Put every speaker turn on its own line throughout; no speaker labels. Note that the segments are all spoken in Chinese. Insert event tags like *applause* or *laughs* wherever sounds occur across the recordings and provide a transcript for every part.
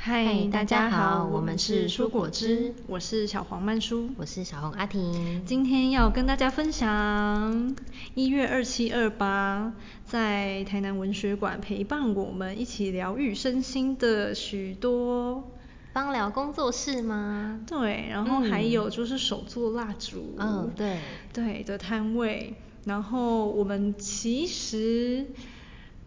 嗨，大家好，我们是蔬果汁，
我是小黄曼舒，
我是小红阿婷。
今天要跟大家分享一月二七二八在台南文学馆陪伴我们一起疗愈身心的许多。
芳疗工作室吗？
对，然后还有就是手做蜡烛，
嗯，对，
对的摊位。然后我们其实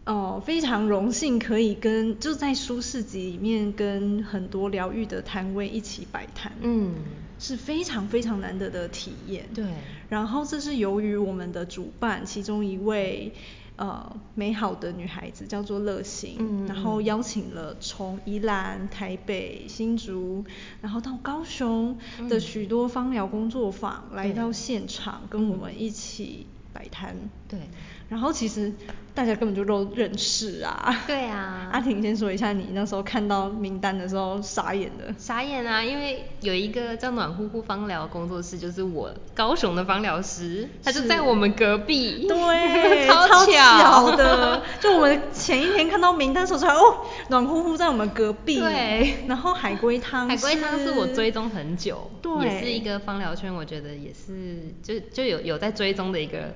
哦、呃非常荣幸可以跟就在舒适集里面跟很多疗愈的摊位一起摆摊，
嗯，
是非常非常难得的体验。
对
然后这是由于我们的主办其中一位。呃，美好的女孩子叫做乐心，
嗯嗯
然后
嗯
邀请了从宜兰、台北、新竹，然后到高雄的
嗯
许多芳疗工作坊来
对
到现场，跟我们一起摆摊。
对，
然后其实大家根本就都认识啊。
对啊
阿婷先说一下你那时候看到名单的时候傻眼的。
傻眼啊！因为有一个叫暖乎乎芳疗工作室，就是我高雄的芳疗师，他就是在我们隔 *laughs* 壁，
对，
超
超
巧 *laughs*
的。就我们前一天看到名单的时候才，哦，暖乎乎在我们隔壁。
对
然后海龟汤，
海龟汤是我追踪很久，
对
也是一个芳疗圈，我觉得也是就就有有在追踪的一个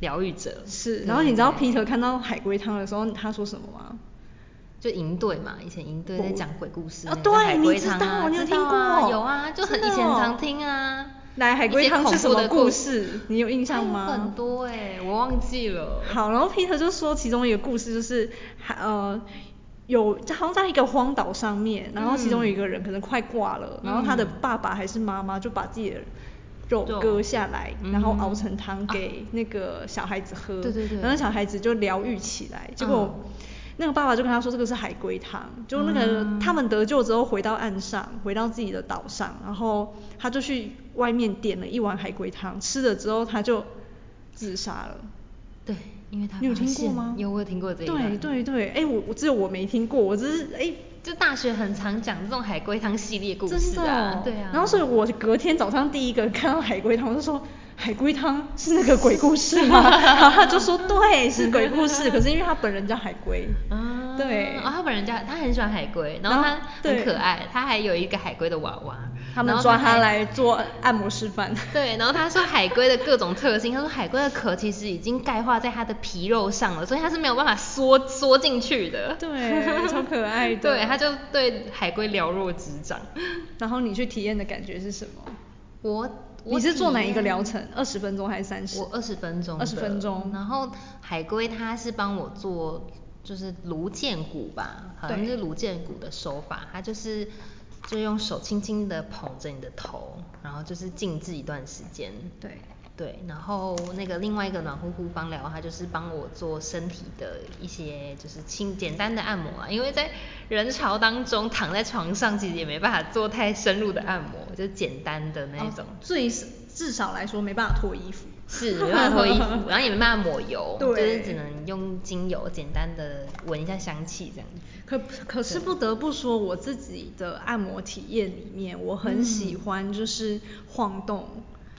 疗愈者。
是，
对
然后你知道
对
Peter 看到海龟汤的时候，他说什么吗？
就营队嘛，以前营队
我
在讲鬼故事
啊
那个
对
海龟
你知
汤
道
啊，
你有
知
听
道啊
过哦
有啊，就很
真的
以前
哦
常听啊。
来海龟
一些
汤是
恐
什
怖
么
的
故
故
事你有印象吗
它有很多哎、我忘记了。
好，然后 Peter 就说其中一个故事就是，还呃，有好像在一个荒岛上面，然后其中有一个人可能快挂了，然后他的
嗯
爸爸还是妈妈就把自己的肉
肉
割下来，然后熬成
嗯
汤给那个小孩子喝，
对对对
然后小孩子就疗愈起来，结果。
嗯
那个爸爸就跟他说这个是海龟汤，就那个、
嗯
他们得救之后回到岸上，回到自己的岛上，然后他就去外面点了一碗海龟汤，吃了之后他就自杀了。
对，因为他
你有
发
听过
现
吗？
有，我有听过这一
对
段。
对对，哎、我我只有我没听过，我只是哎。
就大学很常讲这种海龟汤系列故
真
事
的
啊，
哦
对啊。
然后所以我隔天早上第一个看到海龟汤，我就说海龟汤是那个鬼故事
*laughs*
吗？然后他就说对，是鬼故事。可是因为他本人叫海龟，
啊，
对
哦，他本人家他很喜欢海龟，然
然
后
后
他
对
很可爱，他还有一个海龟的娃娃，
他
然
们
后
抓
他
他
还
来做按摩示范。
对，然后他说海龟的各种特性，他说海龟的壳其实已经钙化在它的皮肉上了，所以它是没有办法缩缩进去
*laughs*
的。
对超可爱的
*laughs* 对，他就对海龟了若指掌。
然后你去体验的感觉是什么？
我我
你是做哪一个
体验
疗程？二十分钟还是三十？
我二十分钟的，
20分钟
然后海龟它是帮我做就是颅剑骨吧，好像
对
是颅剑骨的手法，它就是就用手轻轻的捧着你的头，然后就是静置一段时间。
对
对，然后那个另外一个暖乎乎芳疗，它就是帮我做身体的一些就是轻简单的按摩啊，因为在人潮当中躺在床上，其实也没办法做太深入的按摩，就简单的那一种。
哦最至少来说没办法脱衣服。
是没办法脱衣服，然后也没办法抹
*laughs*
油，
对
就是只能用精油简单的闻一下香气这样子。
可可是不得不说，我自己的按摩体验里面，我很喜欢就是晃动，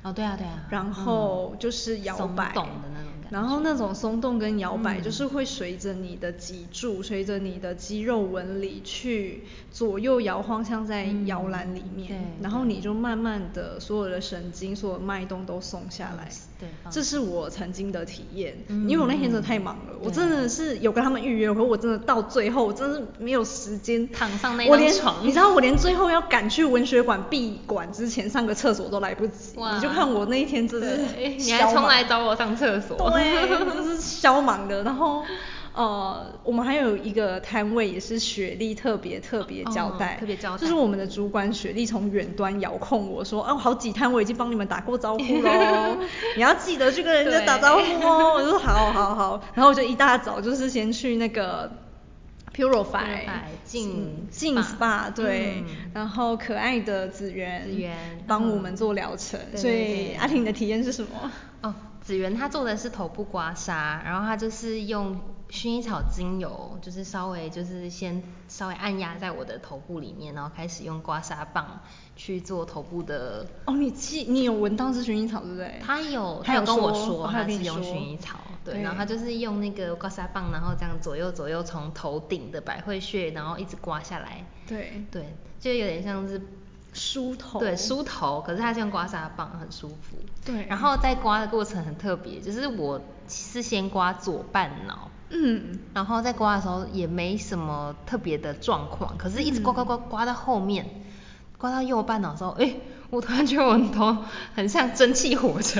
哦，对啊，对啊。
然后就是摇摆，
松动的那种感觉
然后那种松动跟摇摆，
嗯
就是会随着你的脊柱，随着你的肌肉纹理去左右摇晃，像在
嗯
摇篮里面。
对
然后
对
你就慢慢的所有的神经、所有的脉动都松下来。
对放
这是我曾经的体验。
嗯
因为我那天真的太忙了，
对啊
我真的是有跟他们预约，可我真的到最后，我真的没有时间
躺上那
我
张
连
床
你知道，我连最后要赶去文学馆闭馆之前上个厕所都来不及。
哇
你就看我那一天真的是
对 *laughs* 你
消
还
忙
冲来找我上厕所。
对，啊我真是消忙的。然后，呃，我们还有一个摊位也是雪莉特别特别交代，
哦特别交代
就是我们的主管雪莉从远端遥控我说，啊，好几摊我已经帮你们打过招呼
*laughs*
喽，你要记得去跟人家打招呼哦。我就说好好好，然后我就一大早就是先去那个。Purify
Purify，净
净
spa
SPA 对，
嗯
然后可爱的子源
子源
帮我
嗯
们做疗程，
对
所
对
以
对
阿婷的体验是什么？
哦，子源他做的是头部刮痧，然后他就是用薰衣草精油，就是稍微就是先稍微按压在我的头部里面，然后开始用刮痧棒去做头部的。
哦，你记你有闻到是薰衣草对不对？
他有
他
他有跟我
说，
说
哦他有
他
跟
是
你
用
说
薰衣草对，
对
然后他就是用那个刮痧棒，然后这样左右左右从头顶的百会穴，然后一直刮下来，
对
对，就有点像是
梳头，
对，梳头，可是它像刮痧棒，很舒服。
对
然后在刮的过程很特别，就是我是先刮左半脑，
嗯，
然后在刮的时候也没什么特别的状况，可是一
嗯
直刮刮刮刮到后面，刮到右半脑的时候，哎，我突然觉得我的头很像蒸汽火车，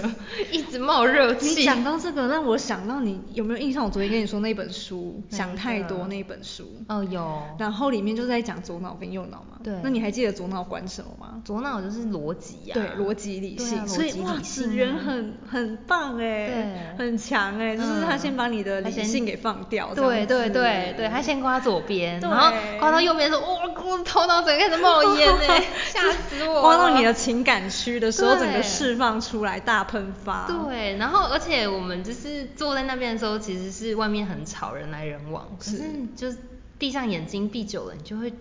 一直冒热气。
你讲到这个，让我想到你有没有印象？我昨天跟你说那本书《
哪一
想太
个
多》那本书，
哦，有。
然后里面就在讲左脑跟右脑嘛。
对
那你还记得左脑管什么吗？
左脑就是逻辑呀、
对，逻辑理
对
性，
啊
所
逻
以
辑
哇，
理
子
性
人
啊
很很棒哎，
对
很强哎，就是他
嗯
先把你的
他
理
先
性给放掉，这
对
样
对
子
对对，他先刮左边，
对
然后刮到右边的时候，哇，我头脑整个开始冒烟欸呢、哦
*laughs*
吓死 *laughs* 我了！
刮哦到你的情感区的时候，整个
对
释放出来，大喷发。
对，然后而且我们就是坐在那边的时候，其实是外面很吵，人来人往，可是
嗯
就是闭上眼睛闭久了，你就会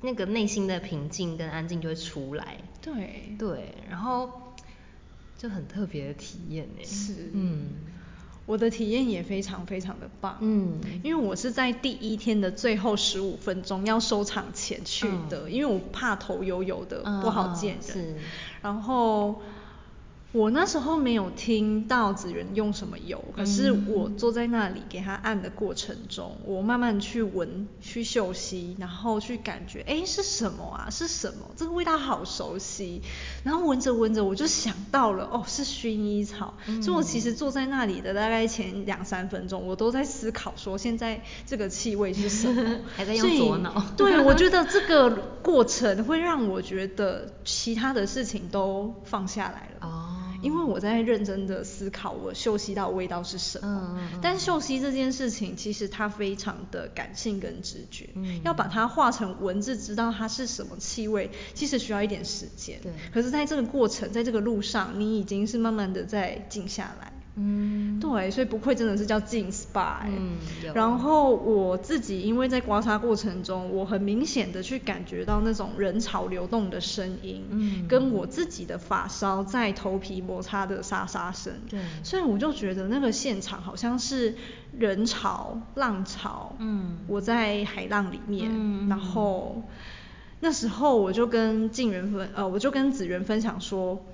那个内心的平静跟安静就会出来。
对
对，然后就很特别的体验呢、
是
嗯
我的体验也非常非常的棒。
嗯
因为我是在第一天的最后十五分钟要收场前去的，
嗯
因为我怕头油油的、
嗯
不好
嗯
见
是
人。然后我那时候没有听到子源用什么油，可是
嗯？
我坐在那里给他按的过程中，我慢慢去闻、去嗅吸，然后去感觉，哎，是什么啊？是什么？这个味道好熟悉。然后闻着闻着，我就想到了，哦，是薰衣草。所以我其实坐在那里的大概前两三分钟，我都在思考说，现在这个气味是什么
*laughs* 还在用
所以
左脑
*laughs* 对，我觉得这个过程会让我觉得其他的事情都放下来了。
哦
因为我在认真的思考我嗅吸到的味道是什么。
嗯嗯嗯
但嗅吸这件事情，其实它非常的感性跟直觉，
嗯
要把它化成文字，知道它是什么气味，其实需要一点时间。
对
可是在这个过程，在这个路上，你已经是慢慢的在静下来。
嗯
对，所以不愧真的是叫静 SPA、欸。
嗯有
然后我自己因为在刮痧过程中，我很明显的去感觉到那种人潮流动的声音，
嗯
跟我自己的发梢在头皮摩擦的沙沙声。
对
所以我就觉得那个现场好像是人潮、浪潮，
嗯
我在海浪里面，
嗯嗯
然后那时候我就跟静源分，呃，我就跟子源分享说，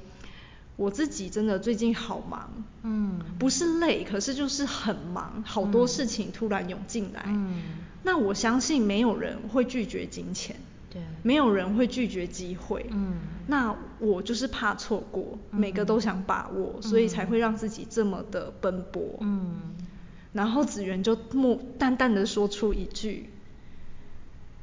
我自己真的最近好忙，
嗯
不是累，可是就是很忙，好多事情突然涌进来。
嗯
那我相信没有人会拒绝金钱，
对
没有人会拒绝机会。
嗯
那我就是怕错过，
嗯
每个都想把握，所以才会让自己这么的奔波。
嗯
然后子源就默淡淡的说出一句：“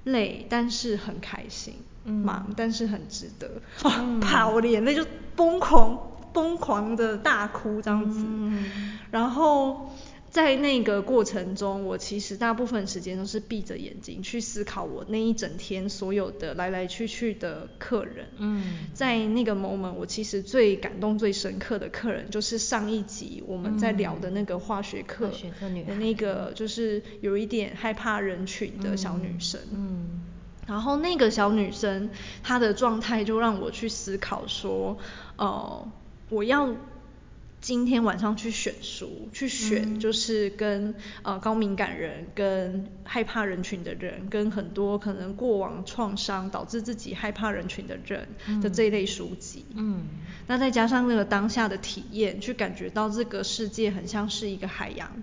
累，但是很开心；
嗯
忙，但是很值得。啊 *laughs*
嗯
啪！我的眼泪就疯狂疯狂的大哭这样子。
嗯
然后在那个过程中，我其实大部分时间都是闭着眼睛去思考我那一整天所有的来来去去的客人。
嗯
在那个 moment，我其实最感动、最深刻的客人，就是上一集我们在聊的那个化学课
嗯化学课女
的
孩
那个，就是有一点害怕人群的小女生。
嗯
然后那个小女生她的状态就让我去思考说，呃，我要今天晚上去选书，去选
嗯
就是跟、呃高敏感人、跟害怕人群的人，跟很多可能过往创伤导致自己害怕人群的人的这一类书籍。
嗯
那再加上那个当下的体验，去感觉到这个世界很像是一个海洋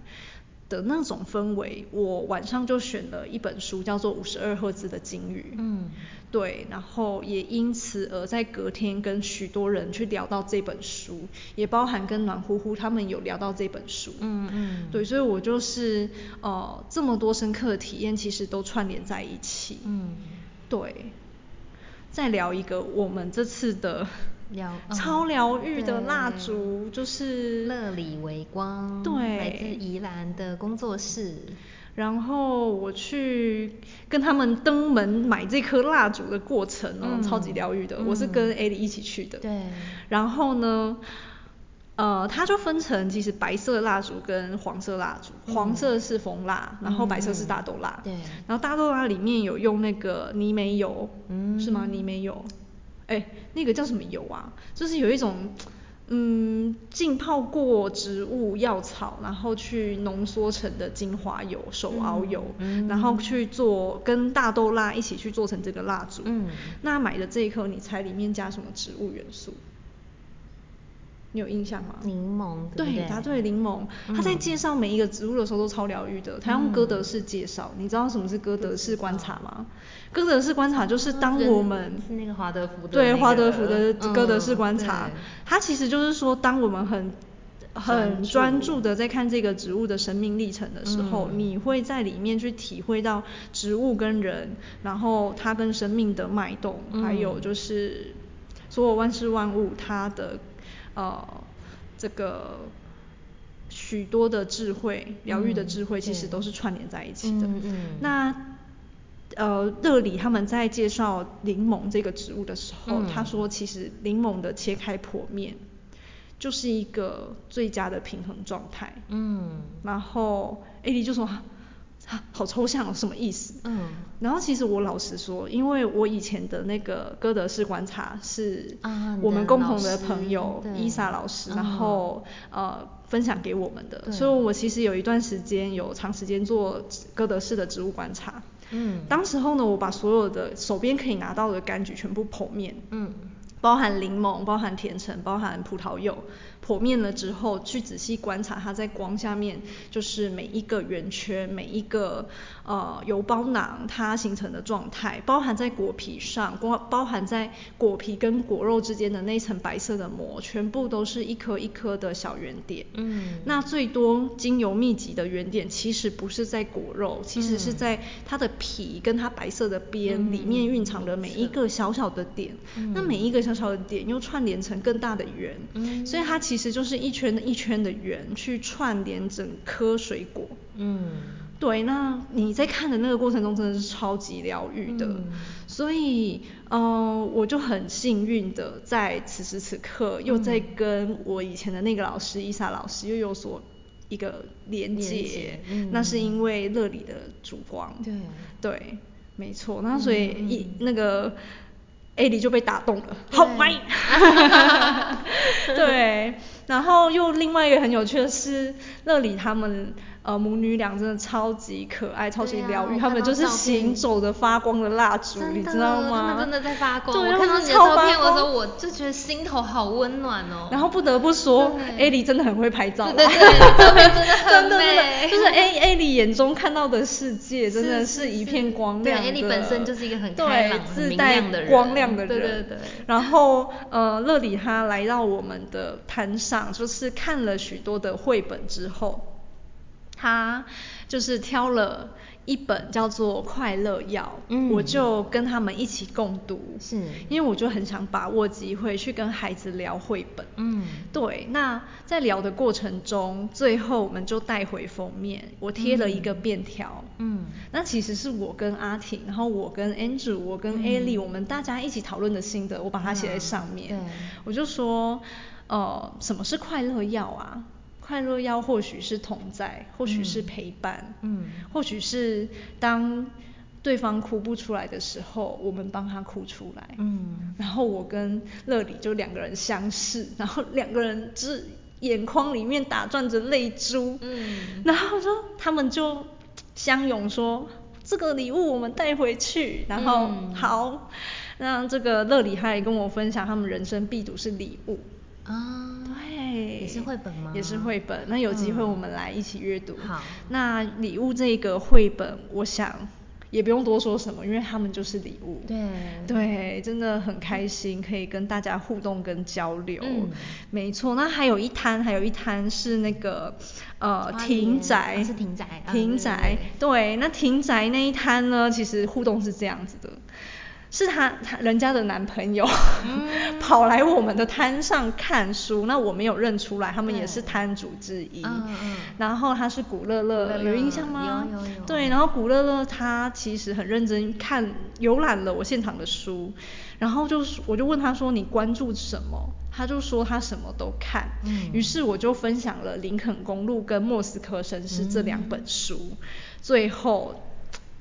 的那种氛围。我晚上就选了一本书，叫做《五十二赫兹的鲸鱼》。
嗯
对，然后也因此而在隔天跟许多人去聊到这本书，也包含跟暖乎乎他们有聊到这本书。
嗯嗯
对，所以我就是呃这么多深刻的体验，其实都串联在一起。
嗯
对，再聊一个我们这次的
疗嗯
超疗愈的蜡
对
烛，就是
乐理微光，
对
来自宜兰的工作室，
然后我去跟他们登门买这颗蜡烛的过程哦，
嗯
超级疗愈的。我是跟 A 里一起去的。
对
然后呢，呃，它就分成其实白色蜡烛跟黄色蜡烛，黄色是蜂蜡，然后白色是大豆蜡。
嗯对
然后大豆蜡里面有用那个泥煤油，
嗯
是吗？泥煤油，哎，那个叫什么油啊？就是有一种嗯，浸泡过植物药草，然后去浓缩成的精华油、手熬油，
嗯嗯
然后去做跟大豆蜡一起去做成这个蜡烛。
嗯
那买的这一颗，你猜里面加什么植物元素？你有印象吗？
柠檬对不
对，
对嗯
答对柠檬。他在介绍每一个植物的时候都超疗愈的，他用哥德式介绍。你知道什么是哥德式观察吗？
嗯
哥德式观察就是当
人
我们
嗯是那个华德福的
对
那个
华德福的哥德式观察
嗯对，
它其实就是说，当我们很很专注的在看这个植物的生命历程的时候，
嗯
你会在里面去体会到植物跟人，然后它跟生命的脉动，还有
嗯
就是所有万事万物它的呃这个许多的智慧、疗愈的
嗯
智慧，其实
对
都是串联在一起的。
嗯嗯
那呃，热里他们在介绍柠檬这个植物的时候，他
嗯
说其实柠檬的切开剖面就是一个最佳的平衡状态。
嗯
然后 A 莉就说啊啊，好抽象哦，什么意思？
嗯
然后其实我老实说，因为我以前的那个哥德式观察是
啊你
我们
的
共
老
同的
师
朋友
对
伊莎老师，然
嗯
后呃分享给我们的，
对
所以我其实有一段时间有长时间做哥德式的植物观察。
嗯
当时候呢，我把所有的手边可以拿到的柑橘全部剖面，
嗯
包含柠檬，包含甜橙，包含葡萄柚，剖面了之后，去仔细观察它在光下面，就是每一个圆圈，每一个呃油包囊它形成的状态，包含在果皮上，包包含在果皮跟果肉之间的那一层白色的膜，全部都是一颗一颗的小圆点。
嗯
那最多精油密集的原点其实不是在果肉，其实是在它的皮跟它白色的边
嗯
里面蕴藏的每一个小小的点，那每一个小小的点又串联成更大的圆，
嗯
所以它其实就是一圈一圈的圆去串联整颗水果。
嗯
对，那你在看的那个过程中真的是超级疗愈的，
嗯
所以，嗯、我就很幸运的在此时此刻又在跟我以前的那个老师伊莎老师又有所一个连
连
接
结，嗯
那是因为乐里的烛光，
对
对，没错，那所以
嗯
一、
嗯
那个。艾莉就被打动了，好
对 *laughs*
买。对，然后又另外一个很有趣的是，乐里他们呃母女俩真的超级可爱，超级
对啊
疗愈，
我
他们
看到
就是
照片
行走的发光的蜡烛，
真
你
的
知道吗？
他们真的在发光。
对，
我看
他
到
们
你
真的
的
超
照片，
发
我
光
说我就觉得心头好温暖哦。
*laughs* 然后不得不说
对
，Ellie 真的很会拍照啦，
对对对照片
*laughs*
真的
真
很
的真的
美
就是 A Ellie 眼中看到的世界真的
是是
一片光
对
亮的。
，Ellie 本身就是一个很
对
开朗很
自
明
带
亮的人
光亮的人。
对对对
然后呃，乐里他来到我们的摊上，就是看了许多的绘本之后，他就是挑了一本叫做《快乐药》，
嗯
我就跟他们一起共读，
是
因为我就很想把握机会去跟孩子聊绘本。
嗯
对，那在聊的过程中，最后我们就带回封面，我贴了一个便条。
嗯
那其实是我跟阿婷，然后我跟 Andrew，我跟 Ellie，、我们大家一起讨论的心得，我把它写在上面。
嗯对
我就说，呃，什么是快乐药啊？快乐药或许是同在，或许是陪伴，
嗯
或许是当对方哭不出来的时候，我们帮他哭出来，
嗯
然后我跟乐里就两个人相视，然后两个人之眼眶里面打转着泪珠，
嗯
然后就他们就相拥说这个礼物我们带回去，然后、
嗯
好，那这个乐里还跟我分享他们人生必读是礼物，
啊，
对，
也是绘本吗
也是绘本。那有机会
嗯
我们来一起阅读。
好
那礼物这个绘本，我想也不用多说什么，因为他们就是礼物。
对
对，真的很开心，可以跟大家互动跟交流。
嗯
没错。那还有一摊，还有一摊是那个呃
花
亭
莲
宅，
啊是亭宅啊
亭
对
宅。
对
对，那亭宅那一摊呢，其实互动是这样子的。是她她人家的男朋友、
嗯
*laughs* 跑来我们的摊上看书，那我没有认出来，他们也是
对
摊主之一。
嗯嗯
然后他是古乐乐，
古乐乐
有印象吗？
有有有
对，然后古乐乐他其实很认真看浏览了我现场的书，然后就是我就问他说你关注什么？他就说他什么都看。
嗯
于是我就分享了《林肯公路》跟《莫斯科绅士》这两本书，
嗯
最后。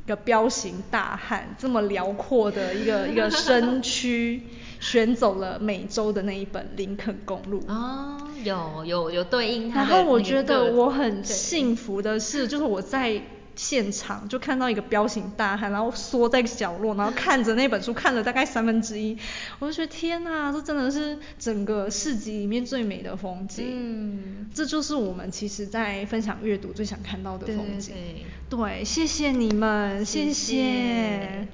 一个彪形大汉这么辽阔的一个一个身躯，选走了美洲的那一本《林肯公路》。
哦，有有有对应他
然
的
后我
那个
觉得
个
我很
对
幸福的是，就是我在现场就看到一个彪形大汉，然后缩在角落，然后看着那本书看了大概三分之一，我就觉得天呐，这真的是整个市集里面最美的风景。
嗯，
这就是我们其实在分享阅读最想看到的
对
风
对
景。
对
对，谢谢你们，
谢
谢
谢